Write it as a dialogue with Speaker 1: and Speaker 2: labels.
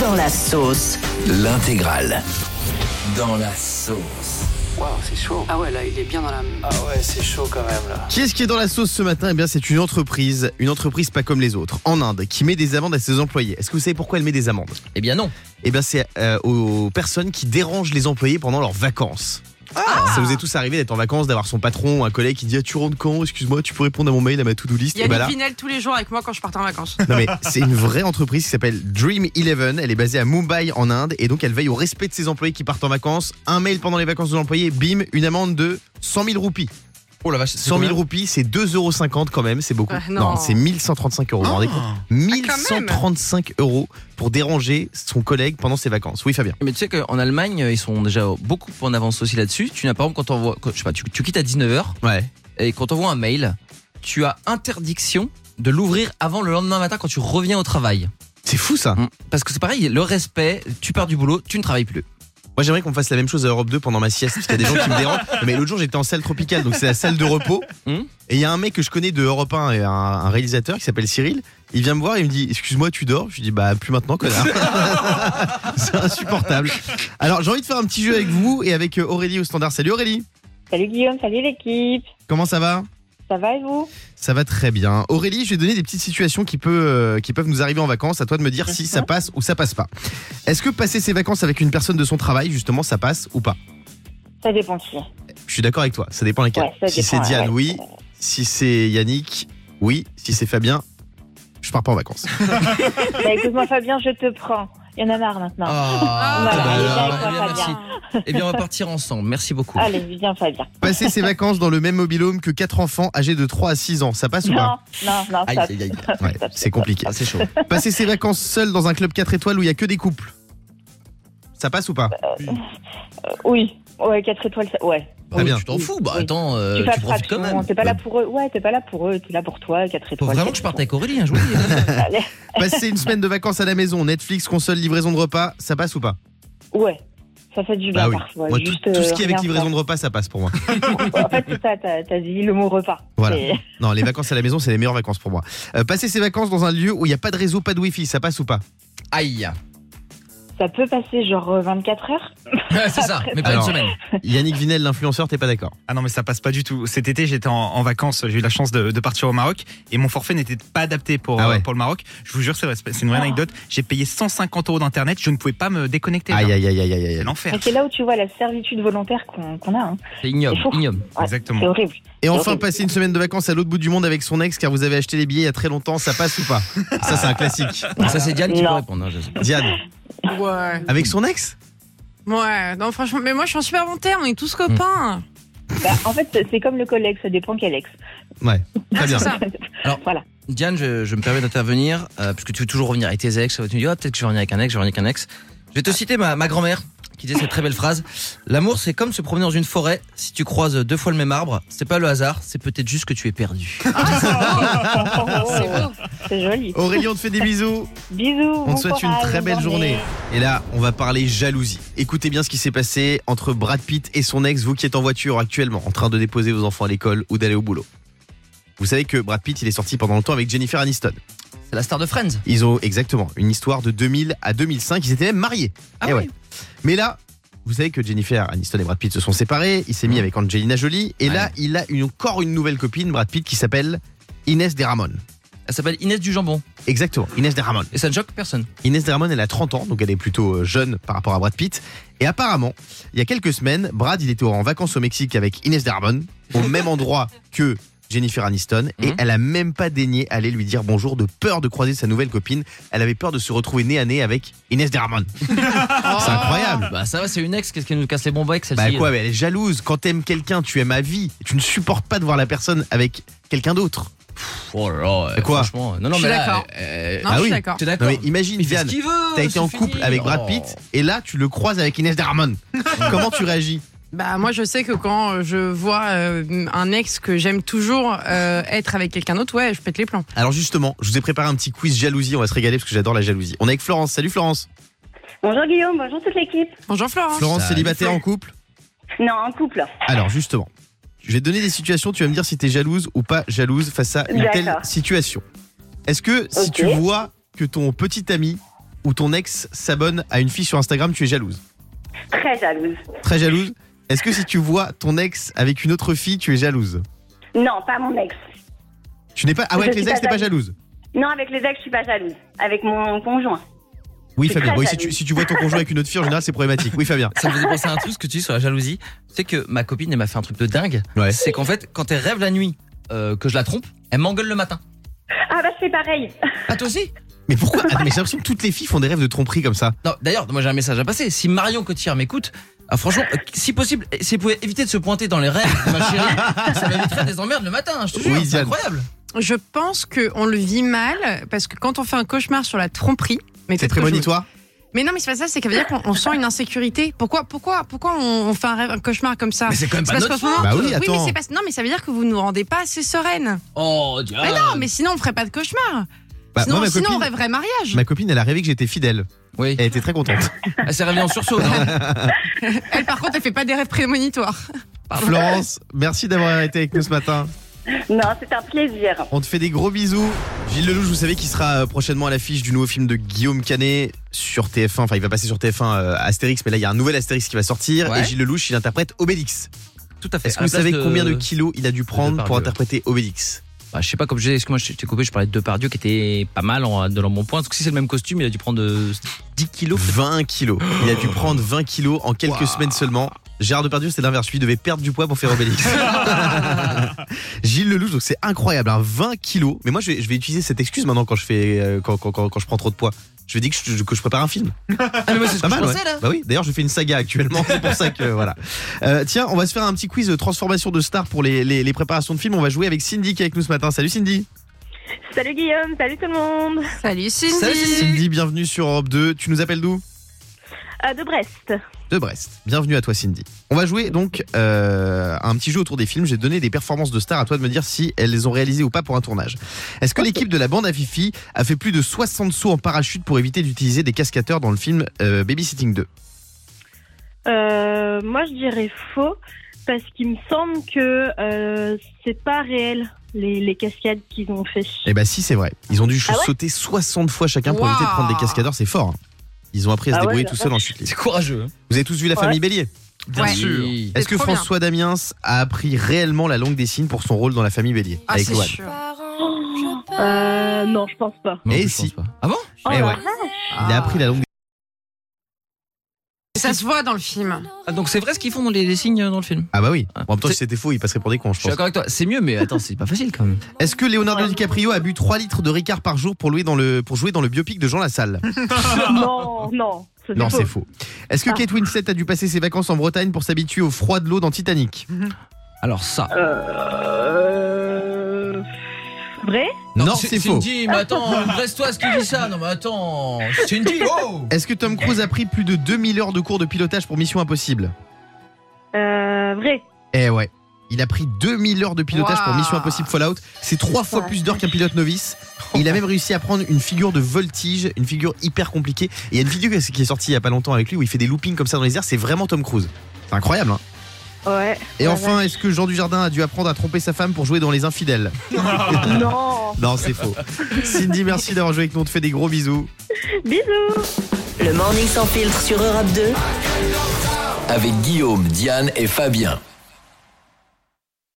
Speaker 1: Dans la sauce.
Speaker 2: L'intégrale. Dans la sauce.
Speaker 3: Waouh, c'est chaud.
Speaker 4: Ah ouais, là, il est bien dans la.
Speaker 3: Ah ouais, c'est chaud quand même là.
Speaker 5: Qui est-ce qui est dans la sauce ce matin Eh bien, c'est une entreprise, une entreprise pas comme les autres, en Inde, qui met des amendes à ses employés. Est-ce que vous savez pourquoi elle met des amendes
Speaker 2: Eh bien non.
Speaker 5: Eh bien, c'est euh, aux personnes qui dérangent les employés pendant leurs vacances.
Speaker 4: Ah!
Speaker 5: Ça vous est tous arrivé d'être en vacances, d'avoir son patron ou un collègue qui dit Ah, Tu rentres quand Excuse-moi, tu peux répondre à mon mail, à ma to-do list
Speaker 4: Il y a
Speaker 5: Eh ben
Speaker 4: des
Speaker 5: là, Ah,
Speaker 4: Vinel tous les jours avec moi quand je partais en vacances.
Speaker 5: Non mais c'est une vraie entreprise qui s'appelle Dream Eleven. Elle est basée à Mumbai en Inde et donc elle veille au respect de ses employés qui partent en vacances. Un mail pendant les vacances de l'employé, bim, une amende de 100 000 roupies.
Speaker 2: Oh la vache,
Speaker 5: 100 000 roupies, c'est 2,50€ quand même, c'est beaucoup.
Speaker 4: Ah, non. Ah,
Speaker 5: c'est 1135 euros. Vous vous rendez compte 1135 euros pour déranger son collègue pendant ses vacances. Oui, Fabien.
Speaker 2: Mais tu sais qu'en Allemagne, ils sont déjà beaucoup en avance aussi là-dessus. Tu n'as par exemple quand on voit, je sais pas, tu, tu quittes à 19h
Speaker 5: Ouais.
Speaker 2: et quand on voit un mail, tu as interdiction de l'ouvrir avant le lendemain matin quand tu reviens au travail.
Speaker 5: C'est fou ça.
Speaker 2: Hmm. Parce que c'est pareil, le respect, tu pars du boulot, tu ne travailles plus.
Speaker 5: Moi j'aimerais qu'on fasse la même chose à Europe 2 pendant ma sieste parce qu'il y a des gens qui me dérangent. Mais l'autre jour j'étais en salle tropicale, donc c'est la salle de repos.
Speaker 2: Hmm.
Speaker 5: Et il y a un mec que je connais de Europe 1, et un, un réalisateur qui s'appelle Cyril. Il vient me voir et il me dit Excuse-moi, tu dors Je lui dis Bah, plus maintenant, connard. c'est insupportable. Alors, j'ai envie de faire un petit jeu avec vous et avec euh, Aurélie au standard. Salut Aurélie,
Speaker 6: Salut Guillaume, salut l'équipe.
Speaker 5: comment ça va
Speaker 6: Ça va et vous
Speaker 5: Ça va très bien. Aurélie, je vais donner des petites situations qui, peut, euh, qui peuvent nous arriver en vacances. À toi de me dire si ça passe ou ça passe pas. Est-ce que passer ses vacances avec une personne de son travail, justement, ça passe ou pas
Speaker 6: Ça dépend qui.
Speaker 5: Je suis d'accord avec toi, ça dépend lesquels.
Speaker 6: Ouais, ça
Speaker 5: si c'est
Speaker 6: dépend,
Speaker 5: Diane, oui.
Speaker 6: ouais.
Speaker 5: Si c'est Yannick, oui. Si c'est Fabien, je pars pas en vacances.
Speaker 6: Bah, écoute-moi Fabien, je te prends. Il y en a marre maintenant.
Speaker 2: Ah,
Speaker 6: Voilà,
Speaker 5: bah,
Speaker 6: viens
Speaker 5: alors,
Speaker 6: avec moi,
Speaker 2: eh bien, merci.
Speaker 6: Fabien.
Speaker 2: Eh bien, on va partir ensemble. Merci beaucoup.
Speaker 6: Allez, viens Fabien.
Speaker 5: Passer ses vacances dans le même mobilhome que quatre enfants âgés de 3 à 6 ans, ça passe ou
Speaker 6: Non,
Speaker 5: pas
Speaker 6: non, non,
Speaker 2: Aïe,
Speaker 6: ça.
Speaker 2: aïe, aïe.
Speaker 5: Ouais,
Speaker 6: ça,
Speaker 5: c'est compliqué.
Speaker 2: Ah, c'est chaud.
Speaker 5: Passer ses vacances seul dans un club 4 étoiles où il y a que des couples. Ça passe ou pas
Speaker 6: Oui, ouais, 4 étoiles, ça... ouais.
Speaker 5: Très bien.
Speaker 2: Tu t'en fous, bah
Speaker 6: Oui.
Speaker 2: attends, euh,
Speaker 6: tu
Speaker 2: tu,
Speaker 6: passeras
Speaker 2: profites quand même.
Speaker 6: T'es pas là pour eux, ouais, t'es pas là pour eux, t'es là pour toi, 4
Speaker 2: Faut
Speaker 6: étoiles.
Speaker 2: vraiment que
Speaker 6: quatre
Speaker 2: je parte
Speaker 6: étoiles.
Speaker 2: avec Aurélie, hein, je vous le dis.
Speaker 6: Allez.
Speaker 5: Passer une semaine de vacances à la maison, Netflix, console, livraison de repas, ça passe ou pas
Speaker 6: Ouais, ça fait du bien
Speaker 5: Bah oui.
Speaker 6: parfois.
Speaker 5: Moi, tout,
Speaker 6: Juste,
Speaker 5: tout ce qui est
Speaker 6: euh,
Speaker 5: avec
Speaker 6: rien
Speaker 5: livraison de repas, ça passe pour moi.
Speaker 6: faire. En fait, c'est ça, t'as t'as dit le mot repas.
Speaker 5: Voilà.
Speaker 6: C'est-
Speaker 5: Non, les vacances à la maison, c'est les meilleures vacances pour moi. Euh, passer ses vacances dans un lieu où il n'y a pas de réseau, pas de wifi, ça passe ou pas
Speaker 2: Aïe.
Speaker 6: Ça peut passer genre euh, 24 heures
Speaker 2: c'est ça, mais pas
Speaker 5: Alors.
Speaker 2: une semaine.
Speaker 5: Yannick Vinel, l'influenceur, t'es pas d'accord
Speaker 7: Ah non, mais ça passe pas du tout. Cet été, j'étais en, en vacances, j'ai eu la chance de, de partir au Maroc et mon forfait n'était pas adapté pour,
Speaker 5: Ah ouais.
Speaker 7: euh, pour le Maroc. Je vous jure, c'est vrai, c'est une vraie anecdote. J'ai payé 150 euros d'internet, je ne pouvais pas me déconnecter.
Speaker 5: Aïe,
Speaker 7: genre.
Speaker 5: aïe, aïe, aïe, aïe, aïe.
Speaker 7: C'est l'enfer.
Speaker 6: Et c'est là où tu vois la servitude volontaire qu'on qu'on a. hein.
Speaker 2: C'est ignoble,
Speaker 6: Il faut-
Speaker 2: ignoble.
Speaker 6: Ouais,
Speaker 7: Exactement.
Speaker 6: C'est horrible.
Speaker 5: Et enfin,
Speaker 6: horrible.
Speaker 5: passer une semaine de vacances à l'autre bout du monde avec son ex car vous avez acheté les billets il y a très longtemps, ça passe ou pas Ça, c'est un classique.
Speaker 2: Donc ça, c'est Diane qui peut
Speaker 6: Non.
Speaker 2: répondre. hein, je sais.
Speaker 5: Diane,
Speaker 4: Ouais.
Speaker 5: avec son ex
Speaker 4: Ouais, non, franchement, mais moi je suis en super bon terme, on est
Speaker 5: Hmm.
Speaker 4: tous copains.
Speaker 6: Bah, en fait, c'est- c'est comme le collègue, ça dépend quel ex.
Speaker 5: Ouais, très bien.
Speaker 4: C'est ça.
Speaker 6: Voilà.
Speaker 2: Diane, je, je me permets d'intervenir, euh, parce que tu veux toujours revenir avec tes ex. Tu me dis, Ah, peut-être que je vais revenir avec un ex, je vais revenir avec un ex. Je vais te citer ma, ma grand-mère qui disait cette très belle phrase. L'amour, c'est comme se promener dans une forêt. Si tu croises deux fois le même arbre, c'est pas le hasard, c'est peut-être juste que tu es perdu.
Speaker 6: c'est C'est joli.
Speaker 5: Aurélie, on te fait des bisous.
Speaker 6: Bisous.
Speaker 5: Oh. On te souhaite une très belle journée. Et là, on va parler jalousie. Écoutez bien ce qui s'est passé entre Brad Pitt et son ex, vous qui êtes en voiture actuellement, en train de déposer vos enfants à l'école ou d'aller au boulot. Vous savez que Brad Pitt, il est sorti pendant longtemps avec Jennifer Aniston.
Speaker 2: C'est la star de Friends.
Speaker 5: Ils ont exactement une histoire de 2000 à 2005. Ils étaient même mariés.
Speaker 2: Ah
Speaker 5: Eh
Speaker 2: oui.
Speaker 5: Mais là, vous savez que Jennifer Aniston et Brad Pitt se sont séparés. Il s'est mis avec Angelina Jolie. Et là,
Speaker 2: Ouais.
Speaker 5: il a une- encore une nouvelle copine, Brad Pitt, qui s'appelle Inès Deramon.
Speaker 2: Elle s'appelle Inès du Jambon.
Speaker 5: Exactement, Inès Deramon.
Speaker 2: Et ça ne choque personne.
Speaker 5: Inès Deramon, elle a 30 ans, donc elle est plutôt euh, jeune par rapport à Brad Pitt. Et apparemment, il y a quelques semaines, Brad, il était en vacances au Mexique avec Inès Deramon, au même endroit que Jennifer Aniston, et
Speaker 2: Mhm.
Speaker 5: elle a même pas daigné aller lui dire bonjour de peur de croiser sa nouvelle copine. Elle avait peur de se retrouver nez à nez avec Inès Deramon. C'est incroyable.
Speaker 2: Bah ça va, c'est une ex, qu'est-ce qu'elle nous casse les bonbons avec
Speaker 5: Bah
Speaker 2: celle-ci euh,
Speaker 5: quoi, mais elle est jalouse. Quand t'aimes quelqu'un, tu aimes à vie. Tu ne supportes pas de voir la personne avec quelqu'un d'autre.
Speaker 2: Oh là là, euh,
Speaker 5: Quoi
Speaker 2: franchement, euh, non, non,
Speaker 4: Je
Speaker 2: mais
Speaker 4: suis
Speaker 2: là,
Speaker 4: d'accord.
Speaker 2: euh, euh,
Speaker 4: Non,
Speaker 5: ah
Speaker 4: je
Speaker 5: oui.
Speaker 4: suis d'accord.
Speaker 2: t'es
Speaker 5: Non
Speaker 2: d'accord
Speaker 5: mais imagine,
Speaker 2: Mais
Speaker 5: Diane,
Speaker 2: ce qu'il veut,
Speaker 5: t'as été
Speaker 2: c'est
Speaker 5: en
Speaker 2: fini.
Speaker 5: couple avec Brad
Speaker 2: Oh.
Speaker 5: Pitt, et là, tu le croises avec Inès Deramon. Comment tu réagis
Speaker 4: Bah moi je sais que quand euh, je vois euh, un ex que j'aime toujours euh, être avec quelqu'un d'autre, ouais, je pète les plans.
Speaker 5: Alors justement, je vous ai préparé un petit quiz jalousie, on va se régaler parce que j'adore la jalousie. On est avec Florence, salut Florence.
Speaker 6: Bonjour Guillaume, bonjour toute l'équipe.
Speaker 4: Bonjour Florence.
Speaker 5: Florence
Speaker 2: Salut,
Speaker 5: célibataire
Speaker 4: Flo.
Speaker 5: en couple
Speaker 6: Non, en couple.
Speaker 5: Alors justement, je vais te donner des situations, tu vas me dire si t'es jalouse ou pas jalouse face à une
Speaker 6: D'accord.
Speaker 5: telle situation. Est-ce que si
Speaker 6: Ok.
Speaker 5: tu vois que ton petit ami ou ton ex s'abonne à une fille sur Instagram, tu es jalouse.
Speaker 8: Très jalouse.
Speaker 5: Très jalouse. Est-ce que si tu vois ton ex avec une autre fille, tu es jalouse
Speaker 8: Non, pas mon ex.
Speaker 5: Tu n'es pas. Ah ouais,
Speaker 8: Je
Speaker 5: avec les
Speaker 8: suis
Speaker 5: ex,
Speaker 8: pas
Speaker 5: t'es pas jalouse
Speaker 8: Non, avec les ex, je suis pas jalouse. Avec mon conjoint.
Speaker 5: Oui,
Speaker 8: Je suis
Speaker 5: Fabien.
Speaker 8: très
Speaker 5: Oui, si,
Speaker 8: jalouse.
Speaker 5: tu, si tu vois ton conjoint avec une autre fille, en général, c'est problématique. Oui, Fabien.
Speaker 2: Ça me faisait penser à un truc ce que tu dis sur la jalousie. C'est que ma copine, elle m'a fait un truc de dingue.
Speaker 5: Ouais.
Speaker 2: C'est qu'en fait, quand elle rêve la nuit euh, que je la trompe, elle m'engueule le matin.
Speaker 8: Ah bah, c'est pareil.
Speaker 2: Ah, toi aussi
Speaker 5: Mais pourquoi Attends, mais j'ai l'impression que toutes les filles font des rêves de tromperie comme ça.
Speaker 2: Non, d'ailleurs, moi j'ai un message à passer. Si Marion Cotillard m'écoute, ah, franchement, euh, si possible, si vous pouvez éviter de se pointer dans les rêves de ma chérie, ça m'éviterait des emmerdes le matin, hein, je te jure,
Speaker 5: Oui,
Speaker 2: c'est
Speaker 5: Diane.
Speaker 2: incroyable.
Speaker 4: Je pense qu'on le vit mal parce que quand on fait un cauchemar sur la tromperie. mais
Speaker 5: C'est
Speaker 4: peut-être que je me-
Speaker 5: prémonitoire
Speaker 4: Mais non, mais c'est pas ça, c'est qu'à veut dire qu'on on sent une insécurité. Pourquoi, pourquoi, pourquoi on, on fait un, rêve, un cauchemar comme ça
Speaker 2: Mais c'est quand même pas
Speaker 4: parce
Speaker 2: notre
Speaker 4: qu'en ce moment-
Speaker 5: Bah oui,
Speaker 4: Ah, Oui, mais
Speaker 5: attends.
Speaker 4: c'est pas- Non, mais ça veut dire que vous nous rendez pas assez sereine.
Speaker 2: Oh, Diane.
Speaker 4: Mais non, mais sinon on ferait pas de cauchemar.
Speaker 5: Ah. Bah,
Speaker 4: sinon,
Speaker 5: moi, ma
Speaker 4: sinon,
Speaker 5: copine-
Speaker 4: on rêverait mariage.
Speaker 5: Ma copine, elle a rêvé que j'étais fidèle.
Speaker 2: Oui,
Speaker 5: Elle était très contente.
Speaker 2: elle s'est réveillée en sursaut, non
Speaker 4: Elle, par contre, elle fait pas des rêves prémonitoires. Pardon.
Speaker 5: Florence, merci d'avoir été avec nous ce matin.
Speaker 8: Non, c'est un plaisir.
Speaker 5: On te fait des gros bisous. Gilles Lelouch, vous savez qu'il sera euh, prochainement à l'affiche du nouveau film de Guillaume Canet sur TF1. Enfin, il va passer sur TF1 euh, Astérix, mais là, il y a un nouvel Astérix qui va sortir.
Speaker 2: Ouais.
Speaker 5: Et Gilles Lelouch, il interprète Obélix.
Speaker 2: Tout à fait.
Speaker 5: Est-ce
Speaker 2: À
Speaker 5: que vous
Speaker 2: la place
Speaker 5: savez combien de kilos il a dû prendre
Speaker 2: Depardieu,
Speaker 5: pour
Speaker 2: ouais.
Speaker 5: interpréter Obélix
Speaker 2: Bah, je sais pas, comme je disais, excuse-moi, je t'ai coupé, je parlais de Depardieu qui était pas mal en, dans mon point. Parce que si c'est le même costume, il a dû prendre euh, 10 kilos.
Speaker 5: 20 kilos. Il a dû prendre 20 kilos en quelques
Speaker 2: Waouh.
Speaker 5: semaines seulement. Gérard Depardieu, c'est l'inverse. Lui, il devait perdre du poids pour faire Obélix. Gilles Lelouch, donc c'est incroyable, hein, 20 kilos. Mais moi, je vais, je vais utiliser cette excuse maintenant quand je, fais, euh, quand, quand- quand- quand je prends trop de poids. Je vais dire que je, que je prépare un film.
Speaker 2: Ah, mais moi, c'est ce
Speaker 5: Pas
Speaker 2: que je
Speaker 5: mal, ouais.
Speaker 2: pensais, là.
Speaker 5: Bah oui, d'ailleurs, je fais une saga actuellement, c'est pour ça que euh, voilà. Euh, tiens, on va se faire un petit quiz de transformation de star pour les, les- les préparations de films. On va jouer avec Cindy qui est avec nous ce matin. Salut Cindy.
Speaker 8: Salut Guillaume, salut tout le monde.
Speaker 4: Salut Cindy.
Speaker 5: Cindy, bienvenue sur Europe 2. Tu nous appelles d'où
Speaker 8: Euh, de Brest.
Speaker 5: de Brest. Bienvenue à toi Cindy. On va jouer donc euh, à un petit jeu autour des films. J'ai donné des performances de stars à toi de me dire si elles les ont réalisées ou pas pour un tournage. Est-ce que l'équipe de la bande à Fifi a fait plus de 60 sauts en parachute pour éviter d'utiliser des cascateurs dans le film euh, Babysitting 2
Speaker 6: Euh, moi, je dirais faux, parce qu'il me semble que euh, c'est pas réel, les, les cascades qu'ils ont fait.
Speaker 5: Eh bah si c'est vrai. Ils ont dû
Speaker 6: Ah ouais
Speaker 5: sauter 60 fois chacun pour
Speaker 4: Waouh
Speaker 5: éviter de prendre des cascadeurs, c'est fort. hein. Ils ont appris à se
Speaker 6: Ah ouais,
Speaker 5: débrouiller
Speaker 6: la
Speaker 5: tout seuls en chute libre.
Speaker 2: C'est courageux. hein.
Speaker 5: Vous avez tous vu la famille Bélier
Speaker 2: Bien
Speaker 4: Ouais.
Speaker 2: sûr.
Speaker 5: Est-ce que
Speaker 4: trop bien.
Speaker 5: François Damiens a appris réellement la langue des signes pour son rôle dans la famille Bélier
Speaker 4: Ah,
Speaker 5: avec
Speaker 4: c'est
Speaker 5: Loane
Speaker 4: sûr.
Speaker 6: Euh, non, je pense pas. Oh
Speaker 2: Non,
Speaker 5: Et
Speaker 2: je
Speaker 5: si.
Speaker 2: pense pas. Ah bon
Speaker 5: Eh ouais. Il a
Speaker 4: Ah.
Speaker 5: appris la langue
Speaker 4: Ça se voit dans le film.
Speaker 2: Ah, Donc c'est vrai ce qu'ils font dans les, les signes euh, dans le film.
Speaker 5: Ah bah oui.
Speaker 2: Ah.
Speaker 5: En même temps, si
Speaker 2: C'est-
Speaker 5: c'était faux, il passerait pour des cons, je
Speaker 2: Je suis
Speaker 5: pense.
Speaker 2: d'accord avec toi. C'est mieux, mais attends, c'est pas facile quand même.
Speaker 5: Est-ce que Leonardo DiCaprio a bu 3 litres de Ricard par jour pour, louer dans le, pour jouer dans le biopic de Jean Lassalle
Speaker 6: non, non, c'est
Speaker 5: Non,
Speaker 6: faux.
Speaker 5: c'est faux. Est-ce que Kate Winslet a dû passer ses vacances en Bretagne pour s'habituer au froid de l'eau dans Titanic
Speaker 2: Alors ça.
Speaker 6: Euh, vrai
Speaker 5: Non, c'est faux.
Speaker 2: Cindy, mais attends, reste-toi à ce qui dit ça. Non, mais attends. Cindy, oh
Speaker 5: Est-ce que Tom Cruise a pris plus de 2000 heures de cours de pilotage pour Mission Impossible
Speaker 6: euh, Vrai.
Speaker 5: Eh ouais. Il a pris 2000 heures de pilotage pour
Speaker 4: Waouh.
Speaker 5: Mission Impossible Fallout. C'est trois fois plus d'heures qu'un pilote novice. Et il a même réussi à prendre une figure de voltige, une figure hyper compliquée. Et il y a une vidéo qui est sortie il y a pas longtemps avec lui où il fait des loopings comme ça dans les airs. C'est vraiment Tom Cruise. C'est incroyable. Hein
Speaker 6: Ouais.
Speaker 5: Et enfin, est-ce que Jean Dujardin a dû apprendre à tromper sa femme pour jouer dans Les Infidèles
Speaker 6: Non.
Speaker 5: Non, c'est faux. Cindy, merci d'avoir joué avec nous. On te fait des gros bisous.
Speaker 6: Bisous.
Speaker 1: Le morning sans filtre sur Europe 2.
Speaker 9: Avec Guillaume, Diane et Fabien.